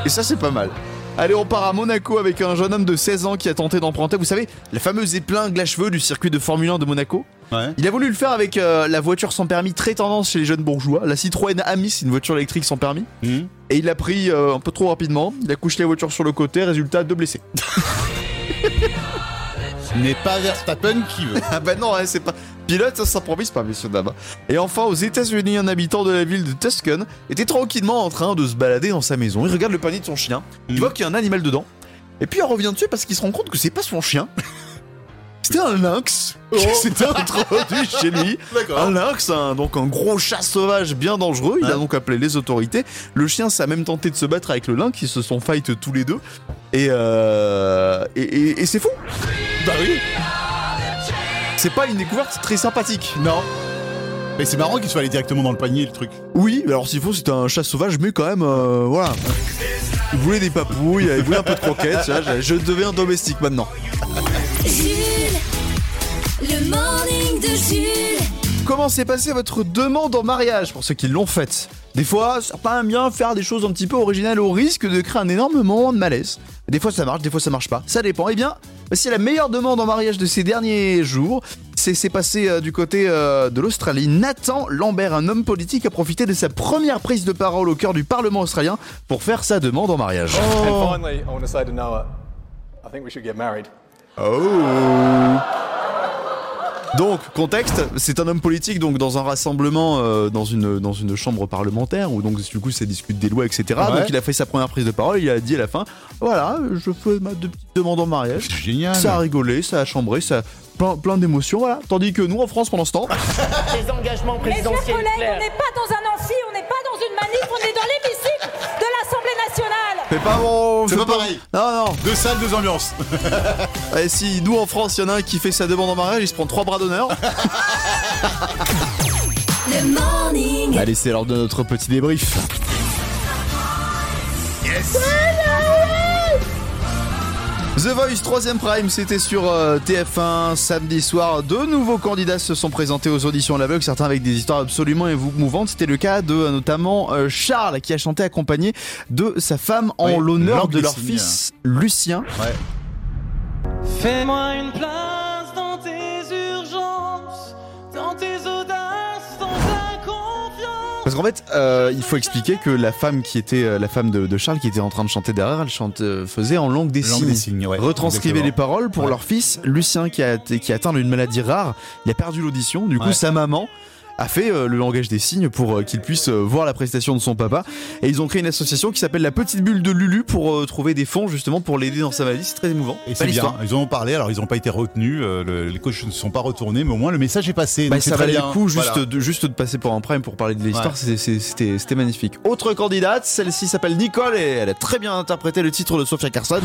[SPEAKER 2] Et ça, c'est pas mal. Allez, on part à Monaco avec un jeune homme de 16 ans qui a tenté d'emprunter, vous savez, la fameuse épingle à cheveux du circuit de Formule 1 de Monaco.
[SPEAKER 3] Ouais.
[SPEAKER 2] Il a voulu le faire avec euh, la voiture sans permis, très tendance chez les jeunes bourgeois. La Citroën Amis, une voiture électrique sans permis.
[SPEAKER 3] Mhm.
[SPEAKER 2] Et il l'a pris euh, un peu trop rapidement. Il a couché la voiture sur le côté, résultat, deux blessés.
[SPEAKER 3] N'est pas Verstappen qui veut.
[SPEAKER 2] Ah bah non, hein, c'est pas. Pilote, ça s'improvise pas, messieurs dames. hein. Et enfin, aux États-Unis, un habitant de la ville de Tuscon était tranquillement en train de se balader dans sa maison. Il regarde le panier de son chien. Il
[SPEAKER 3] Mhm.
[SPEAKER 2] voit qu'il y a un animal dedans. Et puis il revient dessus parce qu'il se rend compte que c'est pas son chien. C'était un lynx qui s'était introduit chez lui. Un lynx, un- donc un gros chat sauvage bien dangereux. Il a donc appelé les autorités. Le chien s'est même tenté de se battre avec le lynx. Ils se sont fight tous les deux. Et, euh, et, et- et c'est fou. Bah oui. C'est pas une découverte très sympathique. Non.
[SPEAKER 3] Mais c'est marrant qu'il soit allé directement dans le panier le truc.
[SPEAKER 2] Oui, alors s'il faut, c'était un chat sauvage, mais quand même, euh, voilà. Il voulait des papouilles, il voulait un peu de croquettes. tu vois, je- je deviens un domestique maintenant.
[SPEAKER 1] Jules, le morning de Jules.
[SPEAKER 2] Comment s'est passée votre demande en mariage pour ceux qui l'ont faite Des fois, pas un bien faire des choses un petit peu originales au risque de créer un énorme moment de malaise. Des fois ça marche, des fois ça marche pas. Ça dépend. Eh bien, voici la meilleure demande en mariage de ces derniers jours. C'est c'est passé euh, du côté euh, de l'Australie. Nathan Lambert, un homme politique, a profité de sa première prise de parole au cœur du Parlement australien pour faire sa demande en mariage.
[SPEAKER 9] Oh,
[SPEAKER 12] Finally, I want to say to Noah, I think we should get married.
[SPEAKER 2] Oh. Donc, contexte, c'est un homme politique, donc dans un rassemblement, euh, dans, une, dans une chambre parlementaire, où donc du coup ça discute des lois, etc.
[SPEAKER 3] Ouais.
[SPEAKER 2] Donc il a fait sa première prise de parole, il a dit à la fin, voilà, je fais ma de- petite demande en mariage.
[SPEAKER 3] C'est génial.
[SPEAKER 2] Ça a rigolé, ça a chambré, ça a plein, plein d'émotions, voilà. Tandis que nous en France pendant ce
[SPEAKER 3] Ah,
[SPEAKER 2] temps,
[SPEAKER 4] Les engagements
[SPEAKER 13] Mes chers
[SPEAKER 4] présidentiels
[SPEAKER 13] collègues, on
[SPEAKER 4] clairs.
[SPEAKER 13] n'est pas dans un amphi, on n'est pas dans une manif, on est dans l'hémicycle de l'Assemblée nationale.
[SPEAKER 2] c'est pas bon,
[SPEAKER 3] C'est pas pareil.
[SPEAKER 2] Non, non.
[SPEAKER 3] Deux salles, deux ambiances.
[SPEAKER 2] Et si nous en France, il y en a un qui fait sa demande en mariage, il se prend trois bras d'honneur.
[SPEAKER 1] Le morning.
[SPEAKER 2] Allez, c'est l'heure de notre petit débrief. The Voice 3ème Prime, c'était sur euh, TF1 samedi soir. Deux nouveaux candidats se sont présentés aux auditions à l'aveugle, certains avec des histoires absolument émouvantes. C'était le cas de euh, notamment euh, Charles qui a chanté accompagné de sa femme en
[SPEAKER 3] Oui,
[SPEAKER 2] l'honneur
[SPEAKER 3] langue
[SPEAKER 2] de
[SPEAKER 3] des
[SPEAKER 2] leur
[SPEAKER 3] signes.
[SPEAKER 2] fils Lucien.
[SPEAKER 3] Ouais.
[SPEAKER 14] Fais-moi une place dans tes urgences, dans tes audaces, dans ta confiance.
[SPEAKER 2] Parce qu'en fait, euh, il faut expliquer que la femme qui était euh, la femme de, de Charles qui était en train de chanter derrière, elle chante, euh, faisait en langue des
[SPEAKER 3] Langue
[SPEAKER 2] signes.
[SPEAKER 3] des signes, ouais.
[SPEAKER 2] retranscrivait
[SPEAKER 3] Exactement.
[SPEAKER 2] les paroles pour
[SPEAKER 3] Ouais.
[SPEAKER 2] leur fils Lucien qui a qui a atteint une maladie rare. Il a perdu l'audition. Du coup,
[SPEAKER 3] Ouais.
[SPEAKER 2] sa maman a fait euh, le langage des signes pour euh, qu'il puisse euh, voir la prestation de son papa. Et ils ont créé une association qui s'appelle la Petite Bulle de Lulu pour euh, trouver des fonds justement pour l'aider dans sa maladie. C'est très émouvant.
[SPEAKER 3] Et
[SPEAKER 2] Belle
[SPEAKER 3] c'est bien.
[SPEAKER 2] histoire.
[SPEAKER 3] Ils en ont parlé, alors ils n'ont pas été retenus. euh, le- les coachs ne sont pas retournés, mais au moins le message est passé.
[SPEAKER 2] Bah,
[SPEAKER 3] donc c'est
[SPEAKER 2] ça
[SPEAKER 3] très
[SPEAKER 2] valait
[SPEAKER 3] bien.
[SPEAKER 2] le coup juste,
[SPEAKER 3] Voilà.
[SPEAKER 2] de, juste de passer pour un prime pour parler de l'histoire,
[SPEAKER 3] Ouais.
[SPEAKER 2] c'est- c'est- c'était c'était magnifique. Autre candidate, celle-ci s'appelle Nicole et elle a très bien interprété le titre de Sophia Carson.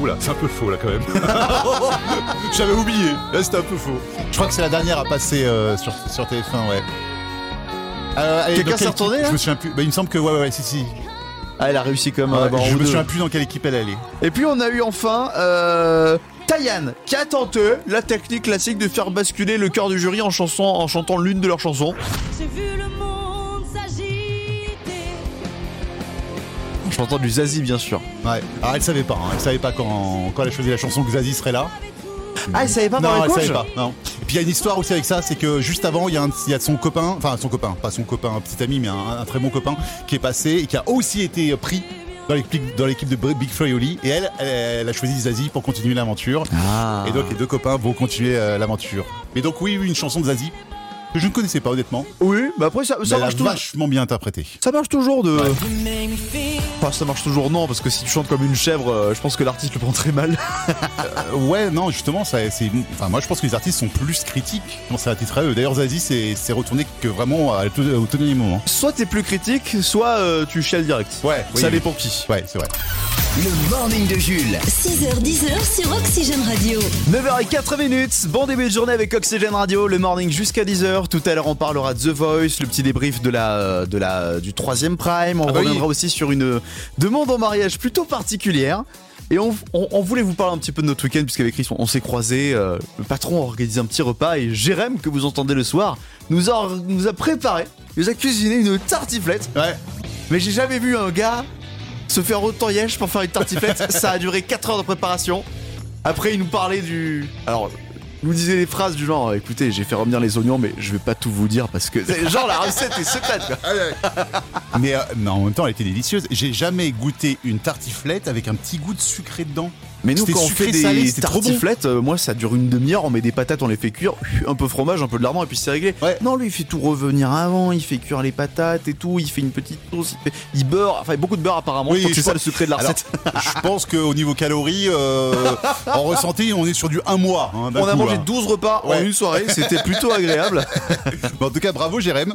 [SPEAKER 3] Oula, c'est un peu faux là quand même. J'avais oublié. Là c'était un peu faux. Je crois que c'est la dernière à passer euh, sur, sur TF1, ouais. Euh, allez,
[SPEAKER 2] Quelqu'un
[SPEAKER 3] dans quelle
[SPEAKER 2] s'est retourné,
[SPEAKER 3] équipe
[SPEAKER 2] là
[SPEAKER 3] Je me souviens plus. Bah, il me semble que ouais, ouais, ouais, si, si.
[SPEAKER 2] Ah, elle a réussi comme un
[SPEAKER 3] Ouais,
[SPEAKER 2] baron
[SPEAKER 3] je me
[SPEAKER 2] deux.
[SPEAKER 3] souviens plus dans quelle équipe elle allait.
[SPEAKER 2] Et puis on a eu enfin euh, Tayan qui a tenté la technique classique de faire basculer le cœur du jury en, chanson, en chantant l'une de leurs chansons.
[SPEAKER 11] J'ai vu le monde s'agiter.
[SPEAKER 2] Je m'entends du Zazie bien sûr.
[SPEAKER 3] Ouais. Alors elle savait pas. hein. Elle savait pas quand, quand elle a choisi la chanson que Zazie serait là.
[SPEAKER 2] Ah, elle savait pas
[SPEAKER 3] non,
[SPEAKER 2] par
[SPEAKER 3] elle
[SPEAKER 2] les
[SPEAKER 3] savait pas. Non. Et puis il y a une histoire aussi avec ça, c'est que juste avant, il y, a un- il y a son copain, enfin son copain, pas son copain, un petit ami, mais un, un très bon copain, qui est passé et qui a aussi été pris dans l'équipe dans l'équipe de Big Frioli. Et elle, elle, elle a choisi Zazie pour continuer l'aventure.
[SPEAKER 2] Ah.
[SPEAKER 3] Et donc les deux copains vont continuer euh, l'aventure. Mais donc oui, oui, une chanson de Zazie que je ne connaissais pas honnêtement.
[SPEAKER 2] Oui, bah après ça, ça marche toujours.
[SPEAKER 3] vachement bien interprété.
[SPEAKER 2] Ça marche toujours de.
[SPEAKER 14] Ouais.
[SPEAKER 2] Enfin, ça marche toujours, non, parce que si tu chantes comme une chèvre, euh, je pense que l'artiste le prend très mal.
[SPEAKER 3] Euh, ouais, non, justement, ça, c'est. Enfin, moi, je pense que les artistes sont plus critiques quand c'est un titre à eux. D'ailleurs, Zazie s'est s'est retourné que vraiment à tout- au tout dernier moment.
[SPEAKER 2] soit t'es plus critique, soit euh, tu chiales direct.
[SPEAKER 3] Ouais, oui,
[SPEAKER 2] ça
[SPEAKER 3] oui.
[SPEAKER 2] dépend qui.
[SPEAKER 3] Ouais, c'est vrai.
[SPEAKER 6] Le morning de Jules.
[SPEAKER 1] 6h10h sur Oxygène Radio.
[SPEAKER 2] 9h04 minutes, bon début de journée avec Oxygène Radio, le morning jusqu'à 10h. Tout à l'heure, on parlera de The Voice, le petit débrief de la, euh, de la, du troisième prime. On
[SPEAKER 3] Ah bah oui.
[SPEAKER 2] reviendra aussi sur une euh, demande en mariage plutôt particulière. Et on, on- on voulait vous parler un petit peu de notre week-end, puisqu'avec Chris, on, on s'est croisés. euh, le patron a organisé un petit repas et Jérém, que vous entendez le soir, nous a, nous a préparé, nous a cuisiné une tartiflette.
[SPEAKER 3] Ouais.
[SPEAKER 2] Mais j'ai jamais vu un gars se faire autant yesh pour faire une tartiflette. ça a duré 4 heures de préparation. Après, il nous parlait du. Alors, il nous disait des phrases du genre écoutez, j'ai fait revenir les oignons, mais je vais pas tout vous dire parce que. C'est Genre, la recette est secrète, quoi.
[SPEAKER 3] Mais, euh, mais en même temps, elle était délicieuse. J'ai jamais goûté une tartiflette avec un petit goût de sucré dedans.
[SPEAKER 2] Mais nous,
[SPEAKER 3] C'était
[SPEAKER 2] quand on
[SPEAKER 3] sucré
[SPEAKER 2] fait
[SPEAKER 3] salé,
[SPEAKER 2] des
[SPEAKER 3] c'était trop bon.
[SPEAKER 2] tartiflettes, euh, moi, ça dure une demi-heure, on met des patates, on les fait cuire, un peu de fromage, un peu de lardon, et puis c'est réglé. Non, lui, il fait tout revenir avant, il fait cuire les patates et tout, il fait une petite sauce, il, fait- il beurre, enfin, beaucoup de beurre apparemment. je crois que c'est
[SPEAKER 3] je
[SPEAKER 2] ça le
[SPEAKER 3] pense-
[SPEAKER 2] secret de la
[SPEAKER 3] Alors,
[SPEAKER 2] recette.
[SPEAKER 3] je pense qu'au niveau calories, euh, en ressenti, on est sur du 1 mois. hein, d'un
[SPEAKER 2] On a
[SPEAKER 3] coup,
[SPEAKER 2] mangé
[SPEAKER 3] hein.
[SPEAKER 2] 12 repas en
[SPEAKER 3] Ouais.
[SPEAKER 2] une soirée, c'était plutôt agréable.
[SPEAKER 3] Bon, en tout cas, bravo, Jérém.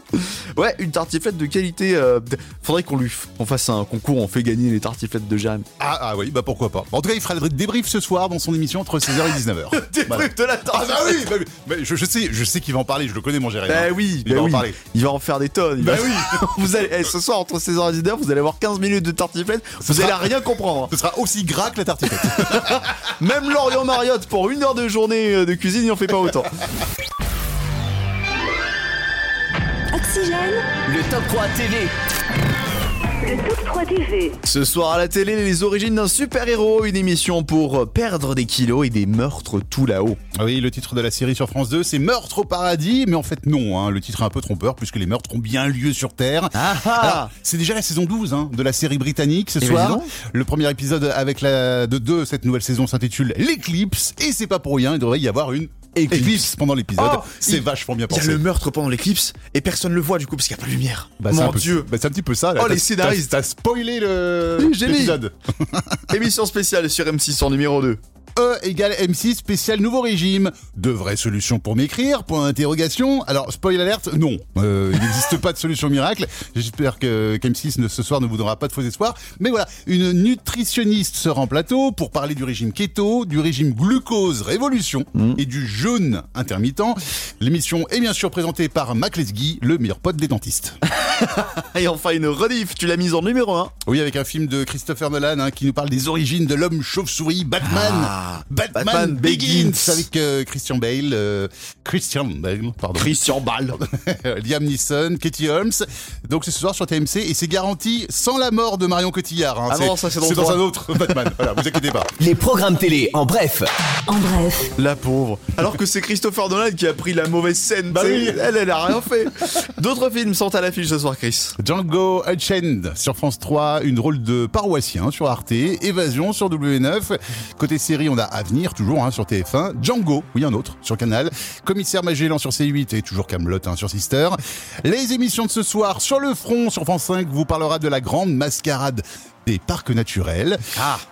[SPEAKER 2] Ouais, une tartiflette de qualité. euh, d- faudrait qu'on lui f- on fasse un concours, on fait gagner les tartiflettes de Jérém.
[SPEAKER 3] Ah, ah oui, bah pourquoi pas. En tout cas, il fera le débrief ce soir dans son émission entre 16h et 19h.
[SPEAKER 2] Débrief de la
[SPEAKER 3] Ah
[SPEAKER 2] tartiflette.
[SPEAKER 3] bah oui, bah oui. Mais je, je sais, je sais qu'il va en parler, je le connais mon hein. Jérémy.
[SPEAKER 2] Bah oui,
[SPEAKER 3] il
[SPEAKER 2] bah
[SPEAKER 3] va
[SPEAKER 2] oui.
[SPEAKER 3] en parler.
[SPEAKER 2] Il va en faire des tonnes. il
[SPEAKER 3] Bah
[SPEAKER 2] va-
[SPEAKER 3] oui.
[SPEAKER 2] vous allez, eh, ce soir, entre 16h et 19h, vous allez avoir 15 minutes de tartiflette. Vous
[SPEAKER 3] sera-
[SPEAKER 2] allez rien comprendre. hein.
[SPEAKER 3] Ce sera aussi gras que la tartiflette.
[SPEAKER 2] Même Lorient Mariotte, pour une heure de journée euh, de cuisine, il en fait pas autant.
[SPEAKER 1] Oxygène.
[SPEAKER 6] Le top 3 TV.
[SPEAKER 1] Le top 3 TV.
[SPEAKER 2] Ce soir à la télé, les origines d'un super-héros, une émission pour euh, perdre des kilos et des meurtres tout là-haut.
[SPEAKER 3] Ah Oui, le titre de la série sur France 2, c'est Meurtre au paradis, mais en fait non, hein. le titre est un peu trompeur puisque les meurtres ont bien lieu sur Terre. Alors, C'est déjà la saison 12 hein, de la série britannique ce
[SPEAKER 2] Ah Eh ben, dis
[SPEAKER 3] soir.
[SPEAKER 2] donc.
[SPEAKER 3] Le premier épisode avec la de 2 cette nouvelle saison s'intitule L'éclipse et c'est pas pour rien, il devrait y avoir une éclipse, pendant l'épisode.
[SPEAKER 2] Oh,
[SPEAKER 3] c'est
[SPEAKER 2] il-
[SPEAKER 3] vachement bien
[SPEAKER 2] Il y a
[SPEAKER 3] pensé.
[SPEAKER 2] le meurtre pendant l'éclipse et personne le voit du coup parce qu'il n'y a pas de lumière.
[SPEAKER 3] Bah, c'est un
[SPEAKER 2] Mon
[SPEAKER 3] peu-
[SPEAKER 2] dieu.
[SPEAKER 3] bah, c'est un petit peu ça. là.
[SPEAKER 2] Oh, les
[SPEAKER 3] T'as-
[SPEAKER 2] scénaristes.
[SPEAKER 3] T'as t'as spoilé le
[SPEAKER 2] Les génies.
[SPEAKER 3] l'épisode.
[SPEAKER 2] Émission spéciale sur M6 en numéro 2.
[SPEAKER 3] E égale M6 spécial nouveau régime. De vraies solutions pour m'écrire Point d'interrogation. Alors, spoil alerte, non. Euh, il n'existe pas de solution miracle. J'espère que qu'M6 ne- ce soir ne vous donnera pas de faux espoirs. Mais voilà, une nutritionniste sera en plateau pour parler du régime keto, du régime glucose révolution et du jeûne intermittent. L'émission est bien sûr présentée par Mac Lesguy, le meilleur pote des dentistes.
[SPEAKER 2] Et enfin une rediff, tu l'as mise en numéro 1.
[SPEAKER 3] Oui, avec un film de Christopher Nolan hein, qui nous parle des origines de l'homme chauve-souris, Batman.
[SPEAKER 2] Ah,
[SPEAKER 3] Batman,
[SPEAKER 2] Batman
[SPEAKER 3] Begins.
[SPEAKER 2] Begins.
[SPEAKER 3] avec euh, Christian Bale, euh, Christian Bale, pardon,
[SPEAKER 2] Christian Ball.
[SPEAKER 3] Liam Neeson, Katie Holmes. Donc c'est ce soir sur TMC et c'est garanti sans la mort de Marion Cotillard. hein.
[SPEAKER 2] Ah non, ça, c'est dans
[SPEAKER 3] dans
[SPEAKER 2] trois.
[SPEAKER 3] un autre Batman. voilà, vous inquiétez pas.
[SPEAKER 6] Les programmes télé, en bref.
[SPEAKER 1] En bref,
[SPEAKER 2] La pauvre. Alors que c'est Christopher Nolan qui a pris la mauvaise scène.
[SPEAKER 3] Bah
[SPEAKER 2] tu sais.
[SPEAKER 3] oui.
[SPEAKER 2] Elle, elle a rien fait. D'autres films sont à l'affiche ce soir, Chris.
[SPEAKER 3] Django Unchained sur France 3, une rôle de paroissien sur Arte, Évasion sur W9. Côté série, on a Avenir toujours hein, sur TF1, Django, oui un autre sur Canal, Commissaire Magellan sur C8 et toujours Camelot hein, sur Sister. Les émissions de ce soir sur le front sur France 5 vous parlera de la grande mascarade des parcs naturels.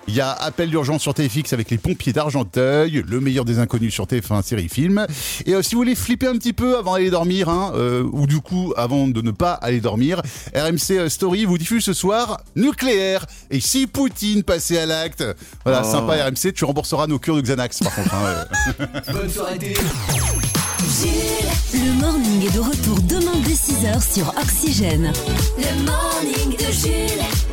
[SPEAKER 3] Il y a Appel d'urgence sur TFX avec les pompiers d'Argenteuil, le meilleur des inconnus sur TF1 série film. Et euh, si vous voulez flipper un petit peu avant d'aller dormir, hein, euh, ou du coup avant de ne pas aller dormir, RMC euh, Story vous diffuse ce soir nucléaire. Et si Poutine passait à l'acte, voilà,
[SPEAKER 2] Oh.
[SPEAKER 3] sympa RMC, tu rembourseras nos cures de Xanax par contre. hein, euh.
[SPEAKER 6] Bonne soirée télé.
[SPEAKER 1] le morning est de retour demain dès 6h sur Oxygène.
[SPEAKER 11] Le morning de Jules.